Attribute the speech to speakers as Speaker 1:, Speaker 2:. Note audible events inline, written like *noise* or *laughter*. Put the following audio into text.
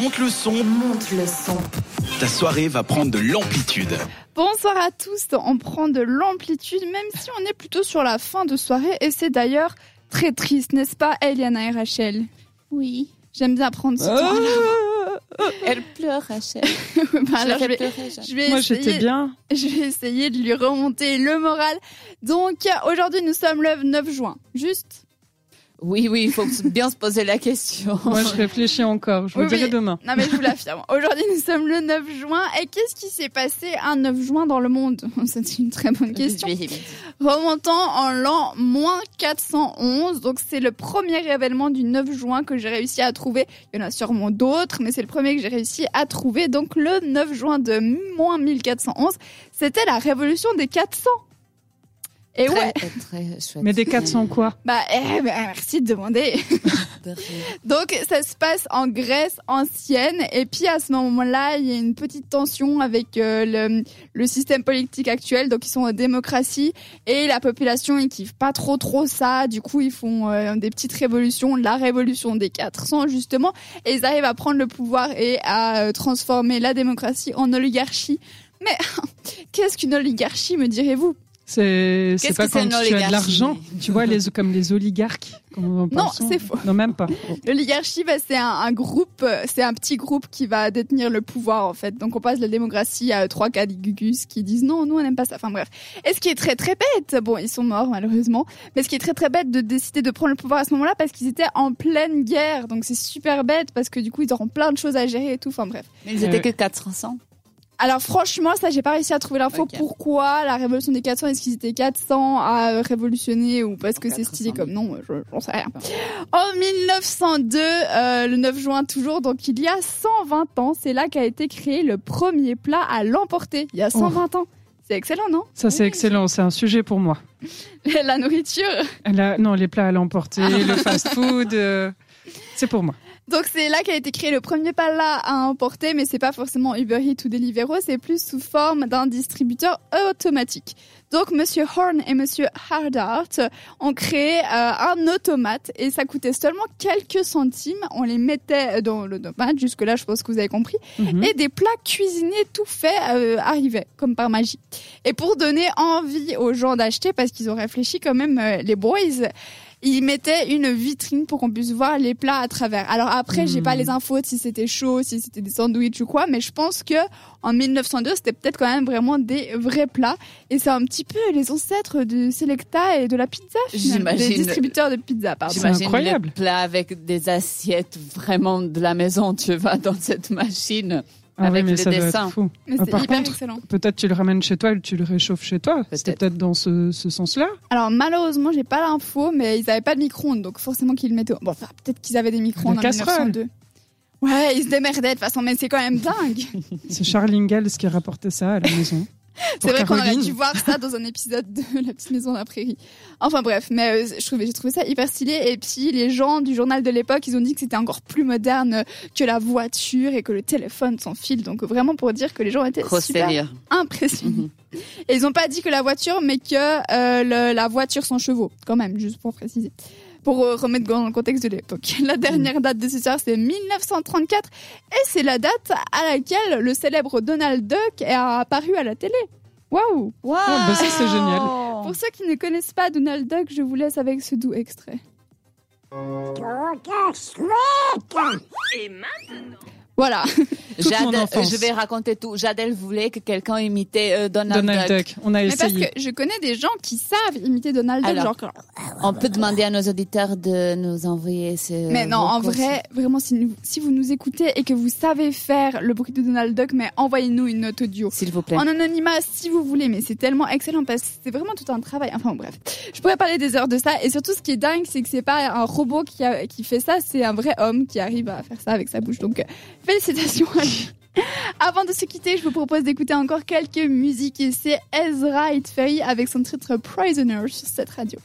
Speaker 1: Monte le son,
Speaker 2: Monte le son.
Speaker 1: ta soirée va prendre de l'amplitude.
Speaker 3: Bonsoir à tous, on prend de l'amplitude même si on est plutôt sur la fin de soirée et c'est d'ailleurs très triste, n'est-ce pas Eliana et Rachel
Speaker 4: Oui.
Speaker 3: J'aime bien prendre ce temps-là.
Speaker 4: Elle pleure, *laughs* Rachel.
Speaker 3: *laughs* Bah
Speaker 4: Je la
Speaker 3: alors, je
Speaker 4: fais
Speaker 3: vais,
Speaker 4: pleurer, Jeanne.
Speaker 3: je vais
Speaker 5: Moi,
Speaker 3: essayer,
Speaker 5: j'étais bien.
Speaker 3: je vais essayer de lui remonter le moral. Donc aujourd'hui nous sommes le 9 juin, juste
Speaker 4: Oui, oui, il faut bien se poser la question.
Speaker 5: Moi, je réfléchis encore. Je vous
Speaker 3: Oui,
Speaker 5: dirai
Speaker 3: oui.
Speaker 5: demain.
Speaker 3: Non mais je vous l'affirme, aujourd'hui nous sommes le 9 juin et qu'est-ce qui s'est passé un 9 juin dans le monde *laughs* C'est une très
Speaker 4: *laughs*
Speaker 3: bonne question. Remontant en l'an moins 411, donc c'est le premier événement du 9 juin que j'ai réussi à trouver. Il y en a sûrement d'autres, mais c'est le premier que j'ai réussi à trouver. Donc le 9 juin de moins 1411, c'était la révolution des 400. Et
Speaker 4: Très,
Speaker 3: ouais,
Speaker 4: très chouette.
Speaker 5: Mais des 400 quoi
Speaker 3: bah, eh, bah, merci de demander. Donc ça se passe en Grèce ancienne et puis à ce moment-là il y a une petite tension avec euh, le, le système politique actuel donc ils sont en démocratie et la population ils kiffent pas trop trop ça du coup ils font euh, des petites révolutions la révolution des 400 justement et ils arrivent à prendre le pouvoir et à euh, transformer la démocratie en oligarchie mais *laughs* qu'est-ce qu'une oligarchie me direz-vous
Speaker 5: C'est
Speaker 4: Qu'est-ce
Speaker 5: c'est pas
Speaker 4: que c'est
Speaker 5: quand
Speaker 4: une
Speaker 5: tu as
Speaker 4: oligarchie
Speaker 5: de l'argent, tu vois,
Speaker 3: *laughs*
Speaker 5: les, comme les oligarques. comme on en parle souvent.
Speaker 3: c'est faux.
Speaker 5: Non, même pas.
Speaker 3: L'oligarchie, bah, c'est un, un groupe, euh, c'est un petit groupe qui va détenir le pouvoir en fait. Donc on passe de la démocratie à euh, trois Caligugus qui disent non, nous on n'aime pas ça. Enfin bref. Et ce qui est très très bête, bon ils sont morts malheureusement, mais ce qui est très très bête de décider de prendre le pouvoir à ce moment-là parce qu'ils étaient en pleine guerre. Donc c'est super bête parce que du coup ils auront plein de choses à gérer et tout. Enfin bref.
Speaker 4: Mais ils
Speaker 5: Euh,
Speaker 4: étaient que 400.
Speaker 3: Alors franchement, ça j'ai pas réussi à trouver l'info
Speaker 4: Ok.
Speaker 3: pourquoi la révolution des 400 est-ce qu'ils étaient 400 à euh, révolutionner ou parce que c'est stylé
Speaker 4: 400.
Speaker 3: comme nom, euh, je- j'en sais rien. En 1902, euh, le 9 juin toujours, donc il y a 120 ans, c'est là qu'a été créé le premier plat à l'emporter. Il y a 120 ans. C'est excellent, non
Speaker 5: Ça, c'est excellent. C'est un sujet pour moi.
Speaker 3: *laughs* La nourriture.
Speaker 5: Là, non, les plats à l'emporter,
Speaker 3: Ah.
Speaker 5: le fast-food, euh, c'est pour moi.
Speaker 3: Donc c'est là qu'a été créé le premier plat à emporter, mais c'est pas forcément Uber Eats ou Deliveroo, c'est plus sous forme d'un distributeur automatique. Donc Monsieur Horn et Monsieur Hardart ont créé euh, un automate et ça coûtait seulement quelques centimes. On les mettait dans l'automate, jusque là je pense que vous avez compris
Speaker 5: Mhm.
Speaker 3: et des plats cuisinés tout faits euh, arrivaient comme par magie. Et pour donner envie aux gens d'acheter, parce qu'ils ont réfléchi quand même, euh, les boys. Ils mettaient une vitrine pour qu'on puisse voir les plats à travers. Alors après, j'ai
Speaker 5: Mhm.
Speaker 3: pas les infos de si c'était chaud, si c'était des sandwichs ou quoi, mais je pense que en 1902, c'était peut-être quand même vraiment des vrais plats. Et c'est un petit peu les ancêtres de Selecta et de la pizza, finalement. Des
Speaker 4: J'imagine.
Speaker 3: distributeurs de pizza,
Speaker 4: Ah,
Speaker 3: pardon.
Speaker 5: J'imagine. incroyable.
Speaker 4: les plats avec des assiettes vraiment de la maison, tu vas dans cette machine.
Speaker 5: Ah
Speaker 4: avec
Speaker 5: oui, mais
Speaker 4: le
Speaker 5: ça doit
Speaker 4: dessin.
Speaker 5: être fou.
Speaker 3: Mais
Speaker 5: Ah,
Speaker 3: c'est
Speaker 5: par
Speaker 3: hyper
Speaker 5: contre-
Speaker 3: excellent.
Speaker 5: Peut-être tu le ramènes chez toi ou tu le réchauffes chez toi. C'était
Speaker 4: Peut-être.
Speaker 5: peut-être dans ce, ce sens-là.
Speaker 3: Alors malheureusement, j'ai pas l'info, mais ils n'avaient pas de micro-ondes, donc forcément qu'ils le mettaient. au- Bon, enfin, peut-être qu'ils avaient des micro-ondes en
Speaker 5: Des casseroles.
Speaker 3: 1902. Ouais, ils se démerdaient de toute façon, mais c'est quand même dingue.
Speaker 5: C'est Charles Ingalls qui rapportait ça à la maison.
Speaker 3: *laughs* c'est vrai qu'on aurait
Speaker 5: Caroline.
Speaker 3: dû voir ça dans un épisode de La petite maison de la prairie. Enfin bref, mais euh, je trouvais, j'ai trouvé ça hyper stylé. Et puis les gens du journal de l'époque, ils ont dit que c'était encore plus moderne que la voiture et que le téléphone sans fil. Donc vraiment pour dire que les gens étaient
Speaker 4: Grosse
Speaker 3: super
Speaker 4: délire.
Speaker 3: impressionnés.
Speaker 4: Mhm.
Speaker 3: Et ils ont pas dit que la voiture, mais que euh, le- la voiture sans chevaux, quand même, juste pour préciser. Pour euh, remettre dans le contexte de l'époque. *laughs* La dernière date de ce soir, c'est 1934. Et c'est la date à laquelle le célèbre Donald Duck est apparu à la télé. Waouh
Speaker 5: Ah, bah ça, c'est génial.
Speaker 4: Oh.
Speaker 3: Pour ceux qui ne connaissent pas Donald Duck, je vous laisse avec ce doux extrait. Voilà.
Speaker 5: Toute
Speaker 4: Jade,
Speaker 5: mon enfance.
Speaker 4: je vais raconter tout. Jadel voulait que quelqu'un imitait euh, Donald,
Speaker 5: Donald
Speaker 4: Duck.
Speaker 5: Duck, on a
Speaker 3: Mais parce
Speaker 5: essayé.
Speaker 3: que je connais des gens qui savent imiter Donald Duck.
Speaker 4: Alors,
Speaker 3: genre,
Speaker 4: On peut demander à nos auditeurs de nous envoyer ce.
Speaker 3: Mais non, en
Speaker 4: vocaux.
Speaker 3: vrai, vraiment, si, nous- si vous nous écoutez et que vous savez faire le bruit de Donald Duck, mais envoyez-nous une note audio.
Speaker 4: S'il vous plaît.
Speaker 3: En anonymat, si vous voulez, mais c'est tellement excellent parce que c'est vraiment tout un travail. Enfin, bon, bref. Je pourrais parler des heures de ça. Et surtout, ce qui est dingue, c'est que c'est pas un robot qui, a- qui fait ça, c'est un vrai homme qui arrive à faire ça avec sa bouche. Donc, euh, félicitations à lui. *laughs* Avant de se quitter, je vous propose d'écouter encore quelques musiques et c'est Ezra It Ferry avec son titre Prisoners sur cette radio.